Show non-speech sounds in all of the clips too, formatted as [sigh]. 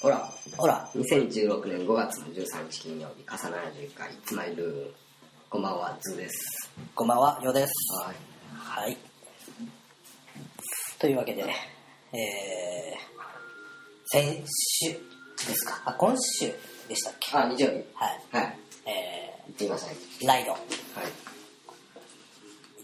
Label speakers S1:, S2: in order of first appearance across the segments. S1: ほら、
S2: ほら、
S1: 2016年5月の13日金曜日、重なら11回、つまりルーム。こんばんは、ズーです。
S2: こんばんは、よです。
S1: はい。
S2: はい。というわけでね、えー、先週ですか、あ、今週でしたっけ。
S1: あ、日曜日。
S2: はい。
S1: はい。
S2: え
S1: 行ってみましたね。
S2: ー、ライド、行っ
S1: はい。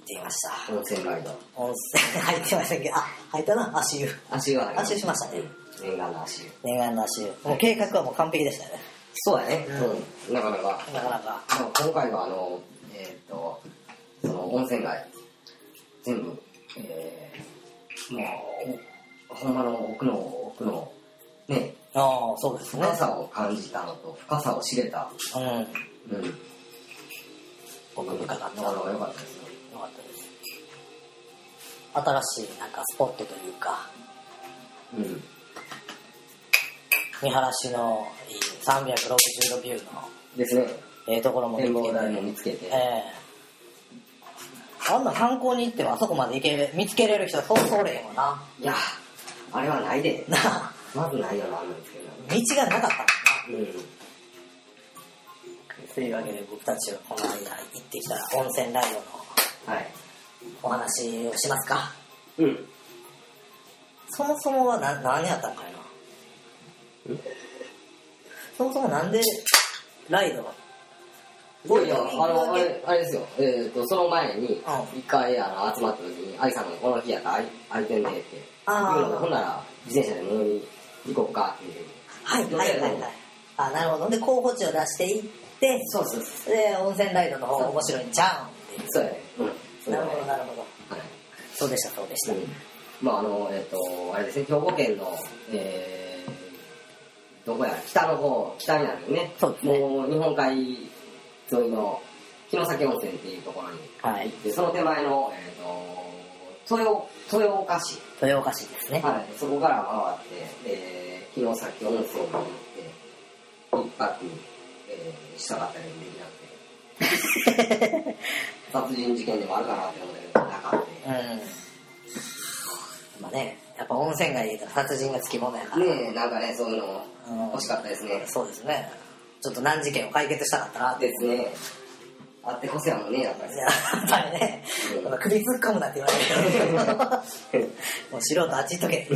S2: てみました。
S1: 温泉ライド。
S2: 温泉、入ってませんけど、あ、入ったな、足湯。
S1: 足湯は
S2: 足湯しましたね。
S1: 念願の足湯。
S2: 念願の足湯。もう計画はもう完璧でしたよね。
S1: そうやね。うん。なかなか。
S2: なかなか。
S1: あの今回はあの、えーっと、その温泉街、全部、えー、もう、おほんまの奥の奥の、ね、
S2: ああ、そうですね。
S1: 深さを感じたのと、深さを知れた、
S2: うん。
S1: うん、
S2: 奥深かった。
S1: なかなか良かったですね。
S2: よかったです新しいなんかスポットというか
S1: うん。
S2: 見晴らしのいい360度ビューの
S1: ですね、
S2: ええところも見つ
S1: 展
S2: け
S1: 望
S2: て
S1: 台も見つけて、
S2: ええあんな観光に行ってもあそこまで行ける見つけれる人はそうそうおれへんわない
S1: や、あれはないで、
S2: なあ
S1: まずないよな、あんなんですけど、
S2: 道がなかったもんな
S1: う
S2: というわけで僕たちはこの間行ってきた温泉ライドの
S1: ん。はい。
S2: お話をしますか
S1: うん。
S2: そもそもはな何やったんかいなそもそもなんでライドが
S1: すごいよ、あの、あれ、あれですよ、えーっと、その前に
S2: う、
S1: 一回、あの、集まった時に、愛さんがこの日やったら空いてんねって、言う
S2: あー
S1: のでほんなら、自転車で乗りに行こうか、っていう。
S2: はいはいはいはい。あ、なるほど。で、候補地を出していって、
S1: そうそうそう。
S2: で、温泉ライドの方が面白いんちゃうんっていう
S1: そうやね。うん。そう
S2: な
S1: や
S2: る
S1: ね
S2: ほど、なるほど。
S1: はい。
S2: そうでした、そうでした。
S1: うん。まあ、あの、えーっと、あれですね、兵庫県の、えー、どこや、北の方、北になるよね。
S2: そうですね
S1: もう、日本海沿いの、城崎温泉っていうところに
S2: はい
S1: 行っ。て、その手前の、えーっと、豊、豊岡市。
S2: 豊岡市ですね。
S1: はい、そこから回って、えー、昨日先温泉に行って、一泊、えー、したかったけどできなく
S2: [laughs]
S1: て。殺人事件でもあるかなって思ったけど、なかった
S2: うん。まあね、やっぱ温泉街で言うと殺人がつきものやか
S1: ね。
S2: ら。
S1: ねえ、なんかね、そういうの
S2: うん
S1: 欲しかったですね。
S2: そうですね。ちょっと難事件を解決したかったなって。
S1: ですね。あってこそやもんね、やっ
S2: [laughs]
S1: ぱり。
S2: やっぱりね、
S1: うん
S2: 首突っ込むなって言われるけどもう素人あっち行っとけ。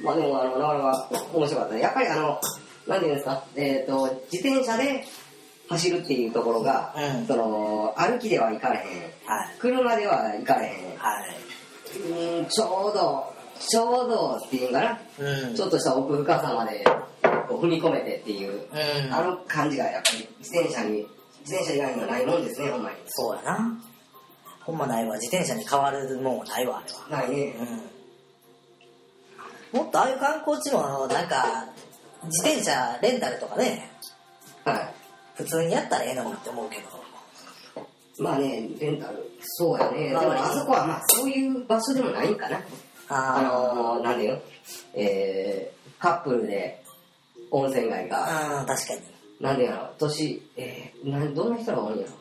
S1: まあでも、あの、なかなか面白かったね。やっぱりあの、なんていうんですか、えっ、と、自転車で走るっていうところが、
S2: うん
S1: その、歩きでは行かれへん。
S2: はい。
S1: 車では行かれへん。
S2: はい。
S1: うん、ちょうど、ちょうどっていうんかな、
S2: うん。
S1: ちょっとした奥深さまでこう踏み込めてっていう、
S2: うん。
S1: あの感じがやっぱり自転車に、自転車以外にはないもんですね、ほんまに。
S2: そうやな。ほんまないわ。自転車に変わるもんはないわ、あれ
S1: な
S2: は。
S1: いね。
S2: うん。もっとああいう観光地の、あの、なんか、自転車レンタルとかね、
S1: はい。
S2: 普通にやったらええのにって思うけど。
S1: まあね、レンタル。そうやね。で
S2: ま
S1: も
S2: あ
S1: あそこはまあそういう場所でもないんかな。あ
S2: あ
S1: のー、なんでよ。えー、カップルで温泉街
S2: あ、
S1: が、
S2: ああ、確かに。
S1: なんでやろ、年、えー、なんどんな人が多いんやろ。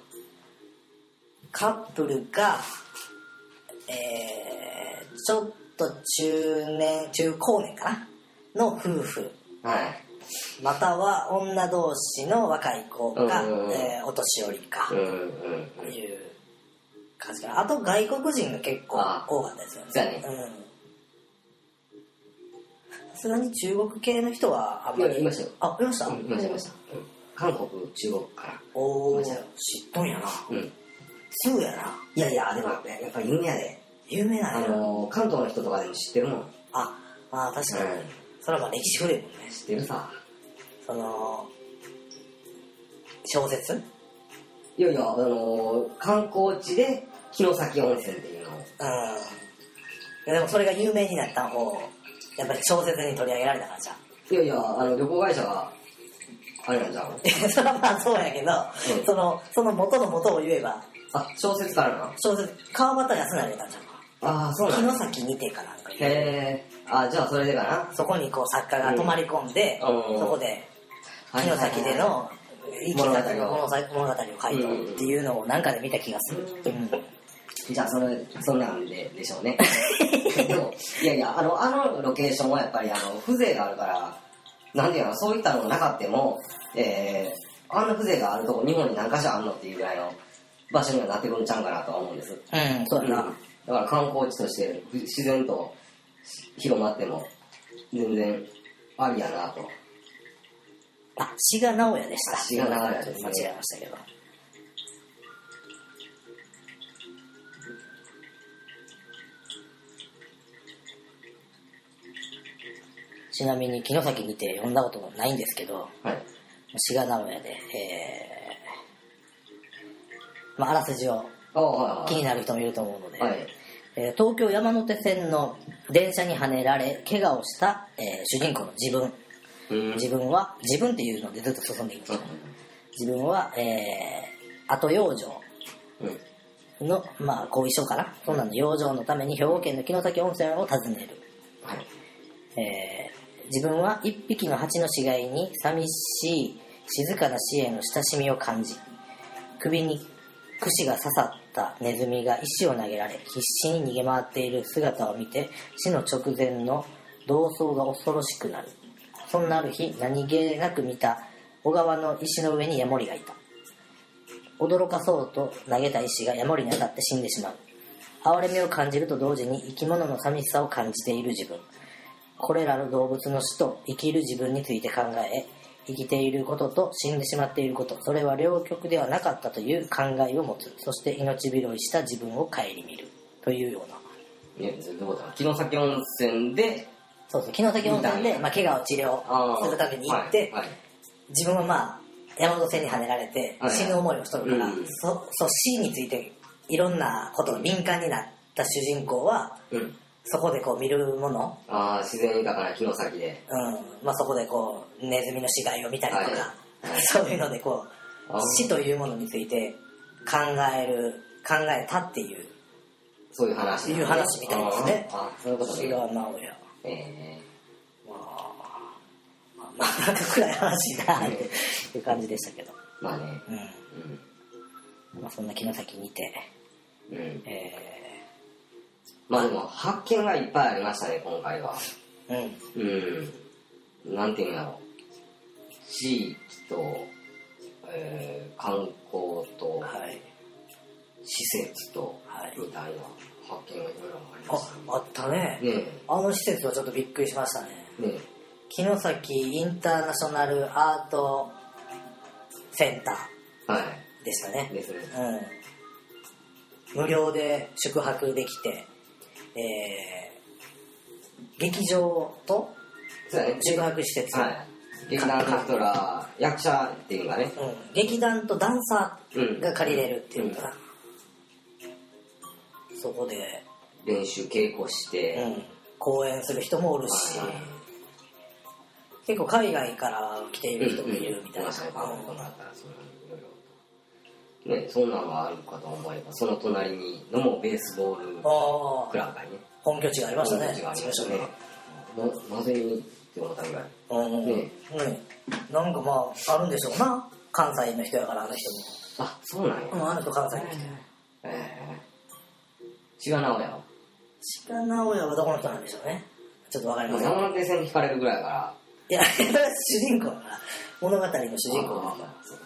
S2: カップルが、えー、ちょっと中年、中高年かなの夫婦。
S1: はい。
S2: または女同士の若い子か、
S1: うんうんうん
S2: えーお年寄りか。
S1: うんうん。
S2: いう感じかなあと外国人が結構
S1: あ
S2: 多かったですよね
S1: そうやね
S2: うんさすがに中国系の人はあんま
S1: い
S2: り
S1: やいましたよ
S2: あいました、
S1: うんいましたいました。うん韓国、中国から。
S2: お
S1: いま
S2: お知
S1: し
S2: った
S1: よ
S2: とんやな
S1: うん。
S2: 通やない
S1: やいや、でもねやっぱり有名やで。
S2: 有名な
S1: あ
S2: んやな
S1: のー、関東の人とかでも知ってるもん。
S2: あまあ確かに、
S1: うん
S2: それはまあ歴史古いもんね
S1: 知ってるさ。
S2: その小説うん
S1: いやいや、あのー、観光地で、城崎温泉っていうのを。
S2: いやでもそれが有名になった方やっぱり小説に取り上げられたからじゃん
S1: いやいや、あの、旅行会社が、あれなんじゃん。
S2: い [laughs] やそれはまあそうやけど、
S1: うん
S2: そのその元の元を言えば
S1: あ、小説からな。
S2: 小説川端康成だったんじゃんか
S1: ああ、そうなん
S2: 城
S1: だ。
S2: 崎にてかなんかいう
S1: へえ。あ、じゃあそれでかな。
S2: そこにこう作家が泊まり込んで、
S1: うん
S2: そこで
S1: はい
S2: 城崎での生き
S1: 物語
S2: 方の物
S1: を
S2: 語を書いてるっていうのをなんかで見た気がする、うん
S1: じゃあそれ、そんなんで、で [laughs] しょうね。でも、いやいや、あの、あのロケーションはやっぱり、あの、風情があるから、なんでやろ、そういったのなかっても、えー、あんな風情があるとこ、日本に何か所あんのっていうぐらいの場所にはなってくるんちゃうんかなとは思うんです。
S2: うん、そうや
S1: う。
S2: なん
S1: だから観光地としてふ自然と広まっても、全然ありやなと。
S2: あ、志賀直哉でした。
S1: 志賀直哉ですね
S2: 間違えましたけど。ちなみに、城崎にて読んだこともないんですけど、
S1: はい。
S2: 志賀直哉で、えー、まあ、あらすじを
S1: ああ、は
S2: 気に
S1: い
S2: なる人もいると思うので、
S1: はい。はい。
S2: えー東京山手線の電車にはねられ、怪我をした、えー主人公の自分。
S1: うん
S2: 自分は、自分っていうのでずっと進んでいく。自分は、えー、後養生
S1: うん。
S2: の、まあ、後遺症かな。そんなの養生のために兵庫県の城崎温泉を訪ねる。
S1: はい。
S2: えー自分は一匹の蜂の死骸に寂しい静かな死への親しみを感じ首に櫛が刺さったネズミが石を投げられ必死に逃げ回っている姿を見て死の直前の同窓が恐ろしくなるそんなある日何気なく見た小川の石の上にヤモリがいた驚かそうと投げた石がヤモリに当たって死んでしまう哀れみを感じると同時に生き物の寂しさを感じている自分これらの動物の死と生きる自分について考え生きていることと死んでしまっていることそれは両極ではなかったという考えを持つそして命拾いした自分を顧みるというような
S1: え、どうだ城崎温泉で、
S2: そうですね城崎温泉
S1: みたい
S2: で、
S1: な
S2: まあ、怪我を治
S1: あ
S2: 療
S1: あ
S2: するために行って、
S1: はい。はい
S2: 自分はまあ山手線にはねられて
S1: はい
S2: 死ぬ思いをしとるから、
S1: うん
S2: そそう死についていろんなことに敏感になった主人公は
S1: うん。
S2: そこでこう見るもの
S1: ああ、自然豊かな城崎で。
S2: うんまあ、そこでこうネズミの死骸を見たりとか、
S1: はいはい
S2: [laughs] そういうのでこ
S1: あ
S2: う死というものについて考える考えたっていう
S1: そういう話。
S2: いう話みたいですね
S1: あーあー、そういうこと
S2: 志
S1: ね。
S2: 賀直哉
S1: え
S2: まあまあなんか暗い話だなっていう感じでしたけど、
S1: ー、まあね。
S2: う
S1: うん
S2: まあ、そんな城崎にて、
S1: ん。うん。
S2: え
S1: まあでも、発見がいっぱいありましたね、今回は。
S2: ーうん、
S1: うん。なんていうんだろう。地域と、えー、観光と、
S2: はい
S1: 施設と、
S2: はい
S1: みたいな発見がいろいろありまし
S2: ああったね
S1: たね。ね
S2: あの施設はちょっとびっくりしましたね
S1: え、ね
S2: 城崎インターナショナルアートセンタ
S1: え。は
S2: ーでしたね
S1: い。ですね。
S2: うん、無料で宿泊できて、えー劇場と
S1: そうやね。
S2: 宿泊施設、
S1: はい。劇団の人ら、役者っていうかね。
S2: うん、劇団とダンサ
S1: うん
S2: ー。が借りれるっていうか、そこで、
S1: 練習稽古して、
S2: うん、公演する人もおるし、
S1: はいはい
S2: 結構海外から来ている人もいるみた
S1: うんうんごめん
S2: いな、
S1: なさいパンフレットもらったらそのいろいろとねそんなんはあるかと思えばその隣にのもベースボール
S2: あ
S1: ク
S2: ー
S1: ラブがね
S2: 本拠地がありましたね
S1: 本拠地があ
S2: 事
S1: り
S2: 務
S1: まし
S2: 所
S1: たね
S2: に
S1: ななぜにって思ったぐらい
S2: うん、
S1: ね
S2: うん、なんかまああるんでしょうな関西の人やからあの人
S1: あそうなんや、
S2: も、うん、あの人関西の人
S1: ええ違うな俺は
S2: 鹿直哉はどこの人なんでしょうねちょっとわかり
S1: もう
S2: ませんい
S1: 山手線に引かれるぐらいだから
S2: やそれは主人公だから物語の主人公だ
S1: あ
S2: か
S1: ーそうか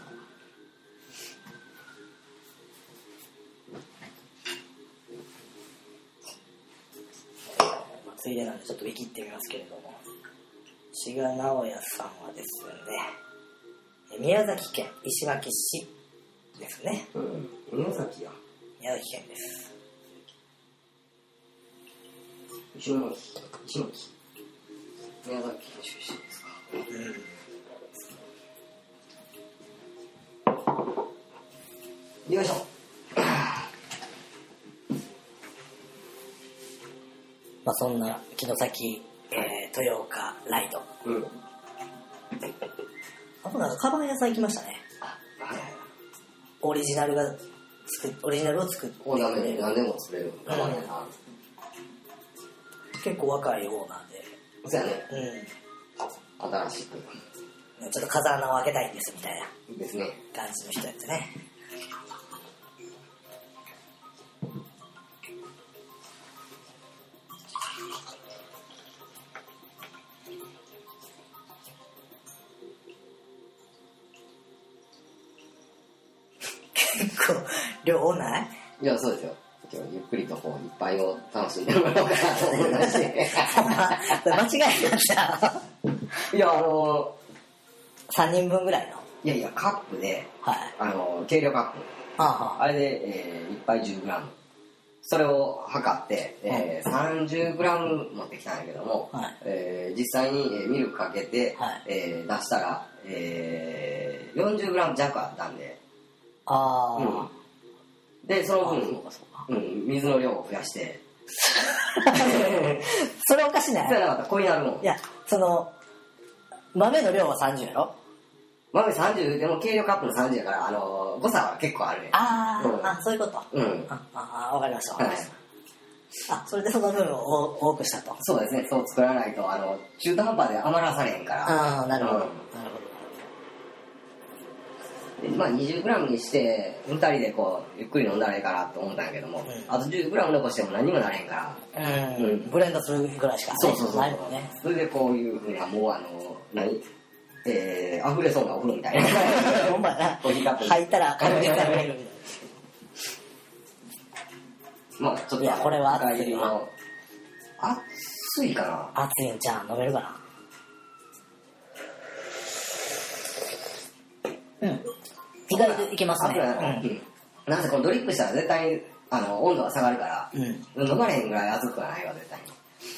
S2: ら、まあ、ついでなんでちょっとウィキってみますけれども志賀直哉さんはですねえ宮崎県石巻市ですね
S1: うん宮崎や
S2: 宮崎県です
S1: 石巻石巻宮崎県出身ですかよいしょ
S2: まあそんな城崎、えー、豊岡ライド
S1: うん
S2: あとなんかカバン屋さん行きましたね
S1: あはい
S2: オリジナルが作っオリジナルを作って
S1: お
S2: く
S1: やめ
S2: れ
S1: に
S2: る
S1: 何でも作れるたまにな
S2: 結構若いオーナーで、
S1: そうやね
S2: う
S1: 新しく
S2: ん、ちょっと風穴を開けたいんですみたいな
S1: ですね
S2: 感じの人やってね結構量多ない [laughs]
S1: いや、そうですよ。今日ゆっくりとこう、いっぱいを楽しんでもらおうかなと思いま [laughs] して。
S2: 間違えました
S1: いや、あの、
S2: 3人分ぐらいの
S1: いやいや、カップで、
S2: はい
S1: あの、軽量カップ。
S2: あは
S1: あれで、えー、いっぱい 10g。それを測って、えー、30g 持ってきたんやけども、
S2: はい
S1: えー実際にえーミルクかけて、
S2: はい
S1: えー出したら、えー、40g 弱あったんで、
S2: あー、
S1: うんで、その
S2: あ
S1: 分
S2: そう、かそうか
S1: うん、水の量を増やして、
S2: それおかしな
S1: そうや
S2: い
S1: なかったら濃いなるもん
S2: い。やその豆の量は30やろ
S1: 豆30、でも軽量カップの30やから、あのー誤差は結構あるね。
S2: あー、
S1: うん
S2: あそういうこと
S1: うん。
S2: あああわかりましたわか
S1: は
S2: り
S1: い
S2: まし。た、あそれでその分を多多くしたと
S1: そうですね、そう作らないと、あの、中途半端で余らされへんから。
S2: ああなる
S1: う
S2: ほど、
S1: ん
S2: なるほど
S1: でまあ 20g にして2人でこうゆっくり飲んだらいいかなと思ったんやけども、
S2: ん
S1: あと 10g 残しても何にもなれへんから
S2: うん、
S1: うん
S2: ブレンドするぐらいしかねないも
S1: [laughs]
S2: んね
S1: それでこういうふうなもうあの何えー、溢れそうなお風呂みたいな [laughs]
S2: ほんまやな
S1: コーヒーカップに
S2: 入ったら軽く食べれるみ
S1: まあちょっと
S2: いやこれは熱いわ
S1: 深入りの熱いかな
S2: たいな熱いんちゃん飲めるかなうん意外といけます
S1: 熱くないな
S2: ね
S1: うんなんせこのドリップしたら絶対にあの温度が下がるから
S2: うん、うん、
S1: 飲まれへんぐらい熱くはないわ絶対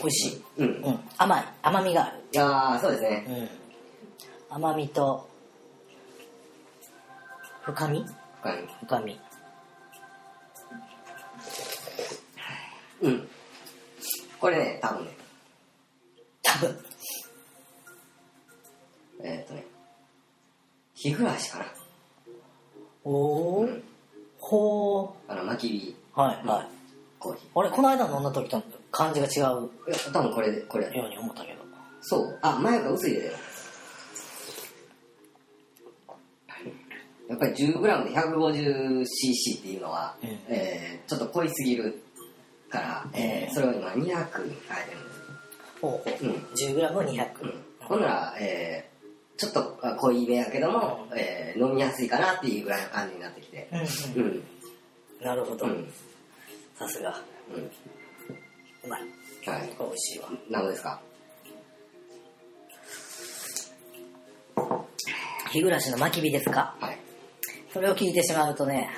S2: 美味しい、
S1: にうん
S2: うん、甘い甘みがある
S1: いやーそうですね
S2: うん甘みと深み
S1: 他に
S2: 深み
S1: うんこれね多分ね
S2: 多分
S1: えーっとね日暮らしかな
S2: おお、
S1: うん
S2: ほ
S1: あの、巻き火
S2: うはいはい、
S1: コーヒ
S2: あれこの間飲んだ時と感じが違う
S1: ー。いや、多分これで、これ
S2: ように思ったけど
S1: そう。あ、前が薄いでよ。やっぱり 10g で 150cc っていうのは、
S2: うん
S1: えーちょっと濃いすぎるから、えーそれを今200に変えてるんです。
S2: ほうほ
S1: う
S2: う、
S1: ん
S2: 10g200、
S1: うんほんなら、えーちょっとあ濃いめやけども、えー飲みやすいかなっていうぐらいの感じになってきて。
S2: うん
S1: うん。
S2: なるほど、
S1: うん。
S2: さすが
S1: うん。
S2: うまい
S1: はい。
S2: これ美味しいわ
S1: なのですか
S2: 日暮らしのまき火ですか
S1: はい。
S2: それを聞いてしまうとね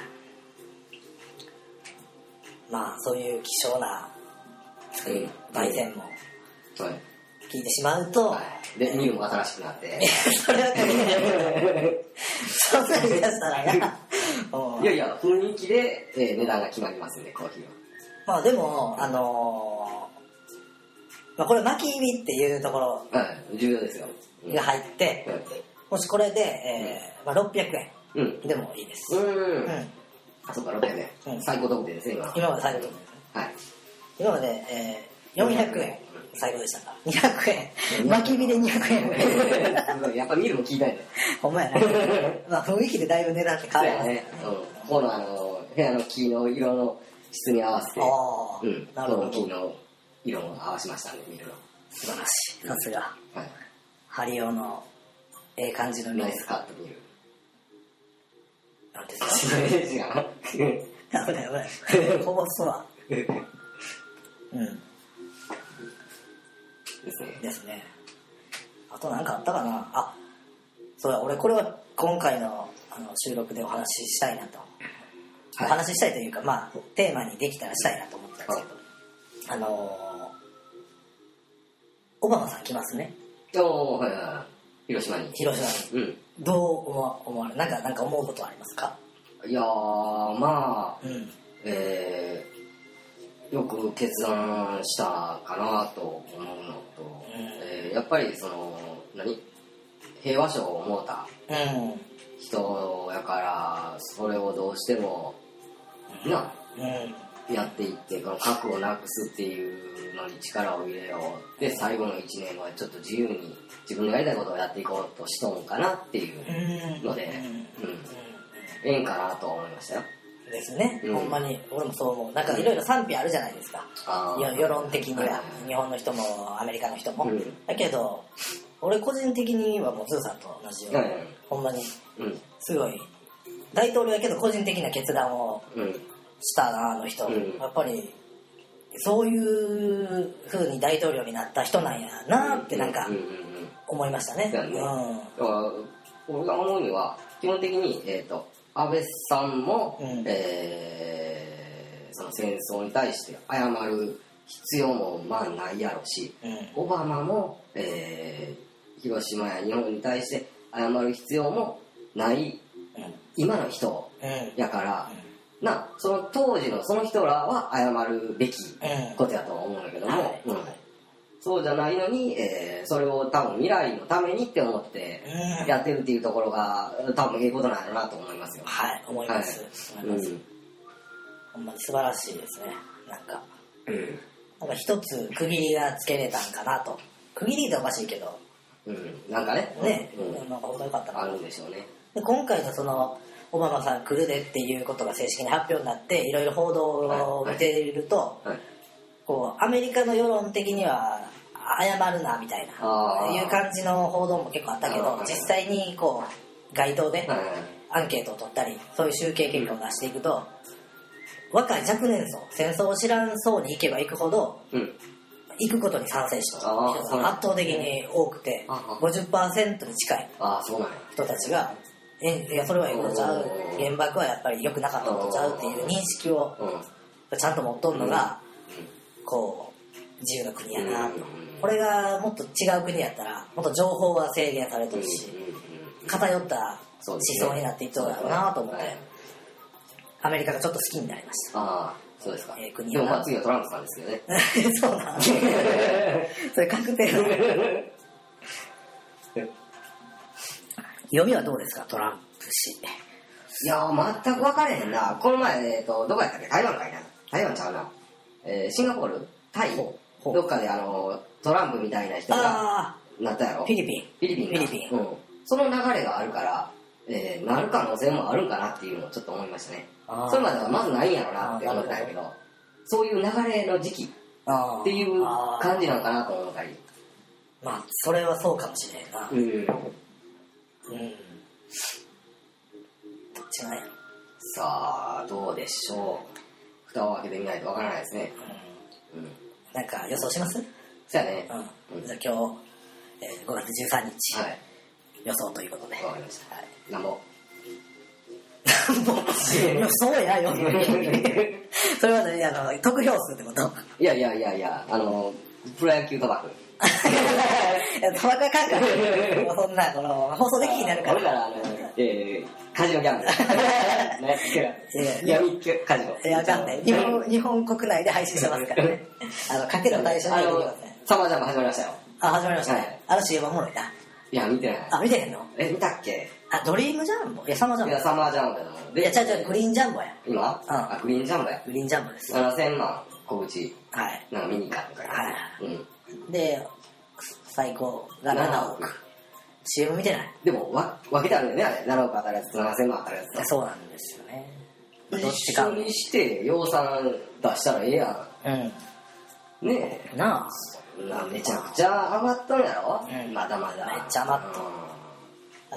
S2: まあそういう希少な
S1: うん。
S2: 焙煎も
S1: はい。
S2: 聞いてしまうと、
S1: で、ミルも新しくなって。
S2: それはかけないそんなに出したらなおう
S1: いやいや、雰囲気で、えー値段が決まりますんで、コーヒーは。
S2: まあでもあのーまあ、これ巻き火っていうところ
S1: はい、重要ですよ。うん
S2: が入って、もしこれで、えーまあ、600円
S1: うん。うん。
S2: でもいいです、
S1: うん。
S2: うん、
S1: あ、そっか、600
S2: う
S1: 円。
S2: ん
S1: 最高得点ですね、今の。
S2: 今が最後です
S1: はい。
S2: 今まで、えー、400円最後でしたか200円
S1: うん
S2: 巻き火で200円
S1: [laughs] すごいやっぱミルも効いた
S2: [laughs]
S1: いね。
S2: ほんまやな、まあ、雰囲気でだいぶ値段って変
S1: そう
S2: わりま
S1: や
S2: す
S1: ね。うん。このあの、部屋の木の色の質に合わせて、
S2: ああ、
S1: うん。
S2: なるほ
S1: この
S2: ど
S1: 木の色を合わしましたね、ミルの。
S2: 素晴らしいさすが
S1: はい。
S2: ハリオのええ感じのミ
S1: ナ
S2: ル
S1: イスカットミル。
S2: なんですか
S1: 違う。
S2: やばいやばいこぼすわうん
S1: ですね。
S2: ですねあと何かあったかなあそうだ俺これは今回のあの収録でお話ししたいなと、
S1: はい
S2: お話ししたいというかまあテーマにできたらしたいなと思ったんですけど、あのーオバマさん来ますね
S1: おー、はいはいはい。広島に。
S2: 広島に
S1: うん。
S2: どう思わ思われなんかなんか思うことはありますか
S1: いやー、まあ、
S2: うん
S1: えー、よく決断したかなと思うのと、
S2: うん
S1: えーやっぱりその、何平和賞を思うた
S2: うん
S1: 人やから、それをどうしても、な、
S2: うん
S1: やっていって、この核をなくすっていうのに力を入れよう。で、最後の1年はちょっと自由に自分のやりたいことをやっていこうとしとんかなっていう
S2: うん
S1: ので、うん、ええんかなと思いましたよ。
S2: ですね、
S1: うん
S2: ほんまに俺もそう思うなんかいろいろ賛否あるじゃないですか、
S1: あ
S2: いや世論的に
S1: はいは
S2: は日本の人もアメリカの人も、
S1: うん
S2: だけど俺個人的にはもうズーさんと同じように、
S1: いはいはい
S2: ほんまに
S1: うん。
S2: すごい大統領やけど個人的な決断を
S1: うん。
S2: したなあの人、
S1: うん
S2: やっぱりそういう風に大統領になった人なんやなってなんか
S1: うんうんうん。
S2: 思いましたね、
S1: そううやね
S2: ん
S1: だから俺が思うには基本的に、えー、と安倍さんも、
S2: うん
S1: えーその戦争に対して謝る必要もまあないやろし
S2: うん
S1: オバマも、えー広島や日本に対して謝る必要もない今の人
S2: うんうん
S1: やからなその当時のその人らは謝るべきことやとは思うんだけども、
S2: はい
S1: うんそうじゃないのに、えーそれを多分未来のためにって思って
S2: うん
S1: やってるっていうところが多分いいことなんやろなと思いますよ。
S2: はい思います、思
S1: う
S2: い
S1: ん
S2: ますほんまに素晴らしいですねなんかなんか一つ区切りがつけれたんかなと区切りっておかしいけど
S1: うん、なんかね、
S2: ね、
S1: うん、
S2: なんかほんとよかったな
S1: あるんでしょうね。
S2: で今回のそのオバマさん来るでっていうことが正式に発表になっていろいろ報道を見ていると、
S1: はい、
S2: こうアメリカの世論的には謝るなみたい
S1: あ
S2: な
S1: ー
S2: いう感じの報道も結構あったけ
S1: あ
S2: ど
S1: ー
S2: 実際にこう街頭で
S1: はい
S2: アンケートを取ったりそういう集計結果を出していくと若い若年層戦争を知らん層に行けば行くほど
S1: うん、
S2: 行くことに賛成した人
S1: あーそう
S2: が圧倒的に多くて
S1: ああ
S2: 50%に近い
S1: ああ、そうなんや。
S2: 人たちがえいやそれはええことちゃう
S1: うん
S2: 原爆はやっぱり良くなかったことちゃうっていう認識を
S1: うん、うん、
S2: ちゃんと持っとんのがこう自由な国やなとこれがもっと違う国やったらもっと情報は制限されてるし偏った
S1: そう
S2: 思
S1: ですね
S2: 想になっていっちゃうだろうなと思って
S1: はい
S2: アメリカがちょっと好きになりまし
S1: ああ、そうですか。
S2: ええ国
S1: で
S2: やな
S1: もまあ次はトランプさんですけどね。
S2: た [laughs] そうなんそれ確定なの読みはどうですかトランプ氏
S1: いやー、全く分かれへんな。この前、えっ、と、どこやったっけ台湾かいな。台湾ちゃうな。えーシンガポールタイ
S2: ほうほう
S1: どっかであの、トランプみたいな人が
S2: あ
S1: なったや
S2: あ
S1: ろ
S2: フィリピン
S1: フィリピンが
S2: フィリピン
S1: うん、その流れがあるから、えーなる可能性もあるんかなっていうのをちょっと思いましたね
S2: あー
S1: それまではまずないんやろなって思ったんやけどそういう流れの時期っ
S2: あー
S1: ていう
S2: あー
S1: 感じなのかなと思ったり
S2: まあそれはそうかもしれんな
S1: うん
S2: うんどっちなんやろ
S1: さあどうでしょう蓋を開けてみないとわからないですね
S2: う
S1: う
S2: ん
S1: ん
S2: なんか予想します
S1: そやね
S2: うん、じゃあ今日、えー5月13日、
S1: はい
S2: 予想ということで。
S1: わかりましたはいなんぼ
S2: [laughs] 予想やよ。それはね、あの、得票数ってこと
S1: いやいやいやいやあのプロ野球賭博
S2: [laughs] いや、たばこはかんからもうそんな、この、放送できになるか。
S1: だかららあのえーカジノギャン
S2: [laughs]
S1: ブル何やったっけない闇カジノ
S2: いや、わかんない。日本、日本国内で配信してますからね。 [laughs] あの、賭けの対象に
S1: あ
S2: 入れてくだ
S1: の
S2: さい。
S1: サマージャンプ始まりましたよ
S2: あ、始まりました
S1: はい
S2: ね。あの CM おもろいな。
S1: いや見てない
S2: あ、見てへんの
S1: え見たっけ
S2: あ、ドリームジャンボいや、サマージャン
S1: い
S2: ボ
S1: やサマージャンプだと思う
S2: い
S1: で
S2: や、違う違う、グリーンジャンボや。
S1: 今あグリーンジャンプや
S2: グリーンジャンボです。
S1: 7000万小口
S2: はい。
S1: なんかミニカーとか
S2: はい
S1: うん
S2: で、最高が7億。CM 見てない
S1: でもわ分けてあるよねあれ7億当たるやつ7000万当たるやつ
S2: そうなんですよね。どっち
S1: 一
S2: か
S1: 緒。にして養蚕出したらええや
S2: うん
S1: ねえ
S2: ん。なあ。
S1: なめちゃくちゃ余っとるやろ、
S2: うん
S1: まだまだ
S2: めっちゃ余っと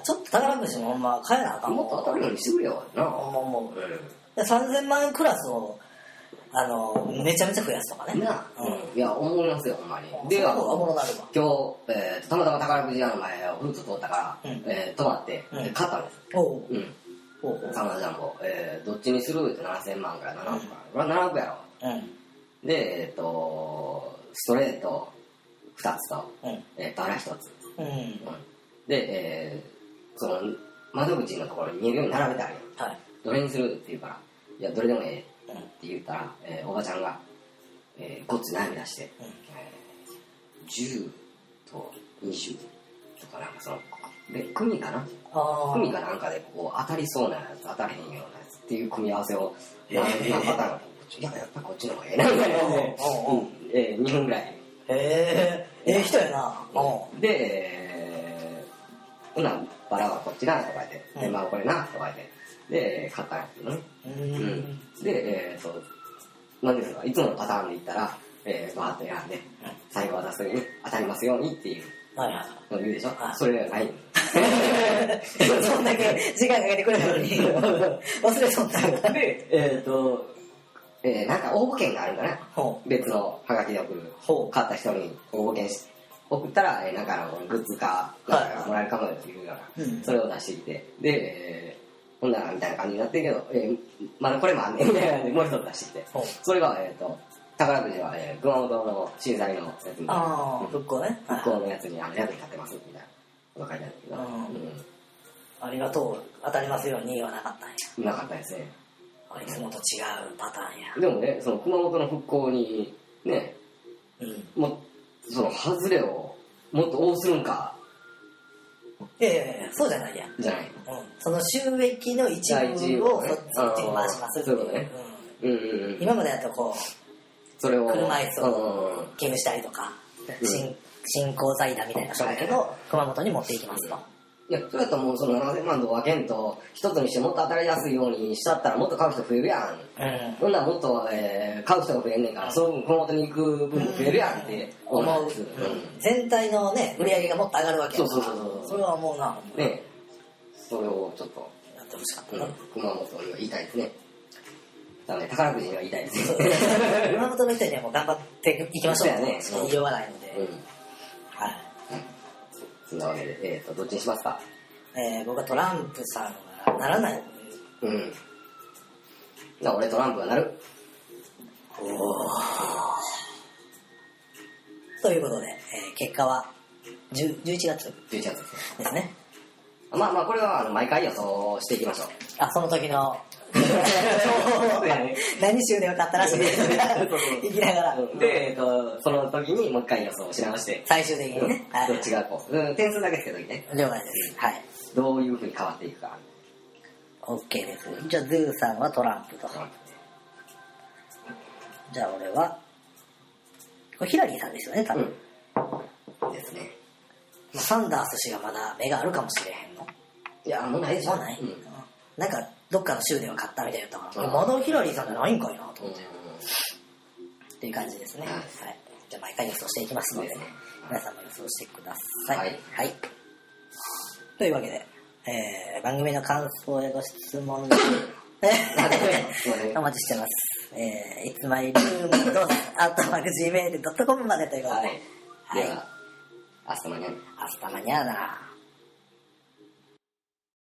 S2: ちょっと宝くじもほんま買えなあか
S1: うんんもっと当たるようにしてくれよな
S2: ほんま思う。
S1: う
S2: で3000万円クラスを、あの、めちゃめちゃ増やすとか
S1: ん
S2: ね。
S1: な、
S2: うん
S1: うん、いや思いますよほんまにで
S2: その方がおもろなるわ。
S1: 今日、えーたまたま宝くじ屋の前をふっと通ったから、
S2: うん
S1: えー止まって、
S2: うん
S1: 買ったんです
S2: おう
S1: うん
S2: おうおう
S1: サマージャンボ、えーどっちにするって7000万ぐらい7億か、これは7億や
S2: うん。
S1: ろでえっ、とストレート2つと
S2: うん。
S1: えーとあれ1つ、
S2: うん。
S1: うんで、えーその窓口のところに見えるように並べてあるやん
S2: はい。
S1: どれにするって言うから、いや、どれでもええ
S2: うん
S1: って言ったら、えーおばちゃんが、えー、こっち悩み出して、
S2: うん
S1: えー10と20とかなんかその、で、組かな
S2: ああ。
S1: 組かなんかで、こう、当たりそうなやつ、当たれへんようなやつっていう組み合わせを何、
S2: えー
S1: 何パターンか、こっちいや、やっぱこっちの方がええな、みたいな感じで
S2: おうおうおう
S1: うんえ2分ぐらい。
S2: へえ、ええ人やな。おう
S1: で、えー、ほな、バラはこっちだとか言って、で、
S2: うん
S1: まあこれな、とか言って、で、買ったんやけどね。
S2: う。
S1: うんんで、えー、そう、なんですか、いつものパターンで言ったら、えー、バーって選んで、最後は出すに当たりますようにっていう
S2: はいはい。 [laughs]
S1: のを言うでしょ
S2: は。い
S1: それがない。
S2: そんだけ時間かけてくれたのに、 [laughs] 忘れとった。
S1: で、えっ、と、えーなんか応募券があるかな。
S2: ほ
S1: 別のハガキで送る。
S2: う。ほ
S1: 買った人に応募券し送ったら、えーなんかあのグッズか、なんかがもらえるかもよっていうような、
S2: う。うん
S1: それを出してきて、で、えーほんならみたいな感じになってるけど、えーまだこれもあんねんみたいな感じでもう一つ出してきて。
S2: ほう。
S1: それが、えっ、と、宝くじは、えー熊本の震災のやつみたいな、
S2: ああ、復興ね。はい
S1: 復興のやつにあの役に立ってますみたいなことが書いてあるんだけど、
S2: ありがとう、当たりますように言わなかったんや。
S1: うん、なかったですね。
S2: あいつもと違うパターンや。
S1: でもね、その熊本の復興に、ね、
S2: うん。
S1: もう、その、外れを、もっと多するんか、
S2: いやいやいや、そうじゃないや。
S1: じゃない。
S2: うん。その収益の一部をそっちに回しますってい
S1: あーそういうこと
S2: う
S1: ね。うんうんう
S2: うんん。今までだとこう、
S1: それを。
S2: 車椅子
S1: うんうんうん
S2: を寄付したりとか、
S1: うん
S2: 新新興財団みたいな人だけど、熊本に持っていきますと。
S1: いや、それやったらもうその7000万と分けんと、一つにしてもっと当たりやすいようにしたったらもっと買う人増えるやん。
S2: うん。
S1: ほんならもっと、えー買う人が増えんねんから、その分熊本に行く分も増えるやんって
S2: 思う、
S1: ん
S2: う
S1: です
S2: ん全体のね売り上げがもっと上がるわけやから
S1: そうそうそうそう
S2: それは思うな、
S1: うんねそれをちょっと、
S2: やってほしかった
S1: うん
S2: な、
S1: 熊本には言いたいですね。だね、宝くじには言いたいです
S2: そう
S1: ね。
S2: 熊本の人にはもう頑張っていきま
S1: そう
S2: しょう
S1: やね
S2: そう言いようがないので、
S1: うん。
S2: はい
S1: そんなわけで、えっ、と、どっちにしますか
S2: えー僕はトランプさんがならない
S1: うん。じゃあ俺トランプがなる。
S2: ということで、えー結果は10 11月
S1: 11月ですね。
S2: ですね
S1: まあまあ、これはあの毎回予想していきましょう。
S2: あその時の
S1: そうやね
S2: 何週でよかったらしいです
S1: そうそう
S2: 生きながら
S1: で、えっと、その時にもう一回予想し直して、
S2: 最終的にね、はい
S1: どっちがこう、うん、点数だけつけといてね、
S2: 了解ですはい
S1: どういう風に変わっていくか。
S2: OK ですじゃあズーさんはトランプとじゃあ俺は、これヒラリーさんですよね、多分。
S1: うん。ですね。
S2: まあサンダース氏がまだ目があるかもしれへんの。
S1: いや、もうないでしょ。 [laughs]
S2: もうない、
S1: うん。うん
S2: なんか、どっかの州では買ったみたいだったから、
S1: うん
S2: まだヒラリーさんじゃないんかいな、と。っていう感じですね。
S1: は
S2: はいい。じゃあ毎回予想していきますので、
S1: そうですね
S2: 皆さんも予想してください。
S1: はい。
S2: というわけで、えー、番組の感想やご質
S1: [laughs] すい
S2: 問え
S1: ません
S2: お待ちしてます。えー、いつまいルームドアットマーク Gmail.com までということで。
S1: はい。では、明日のね。
S2: hasta mañana.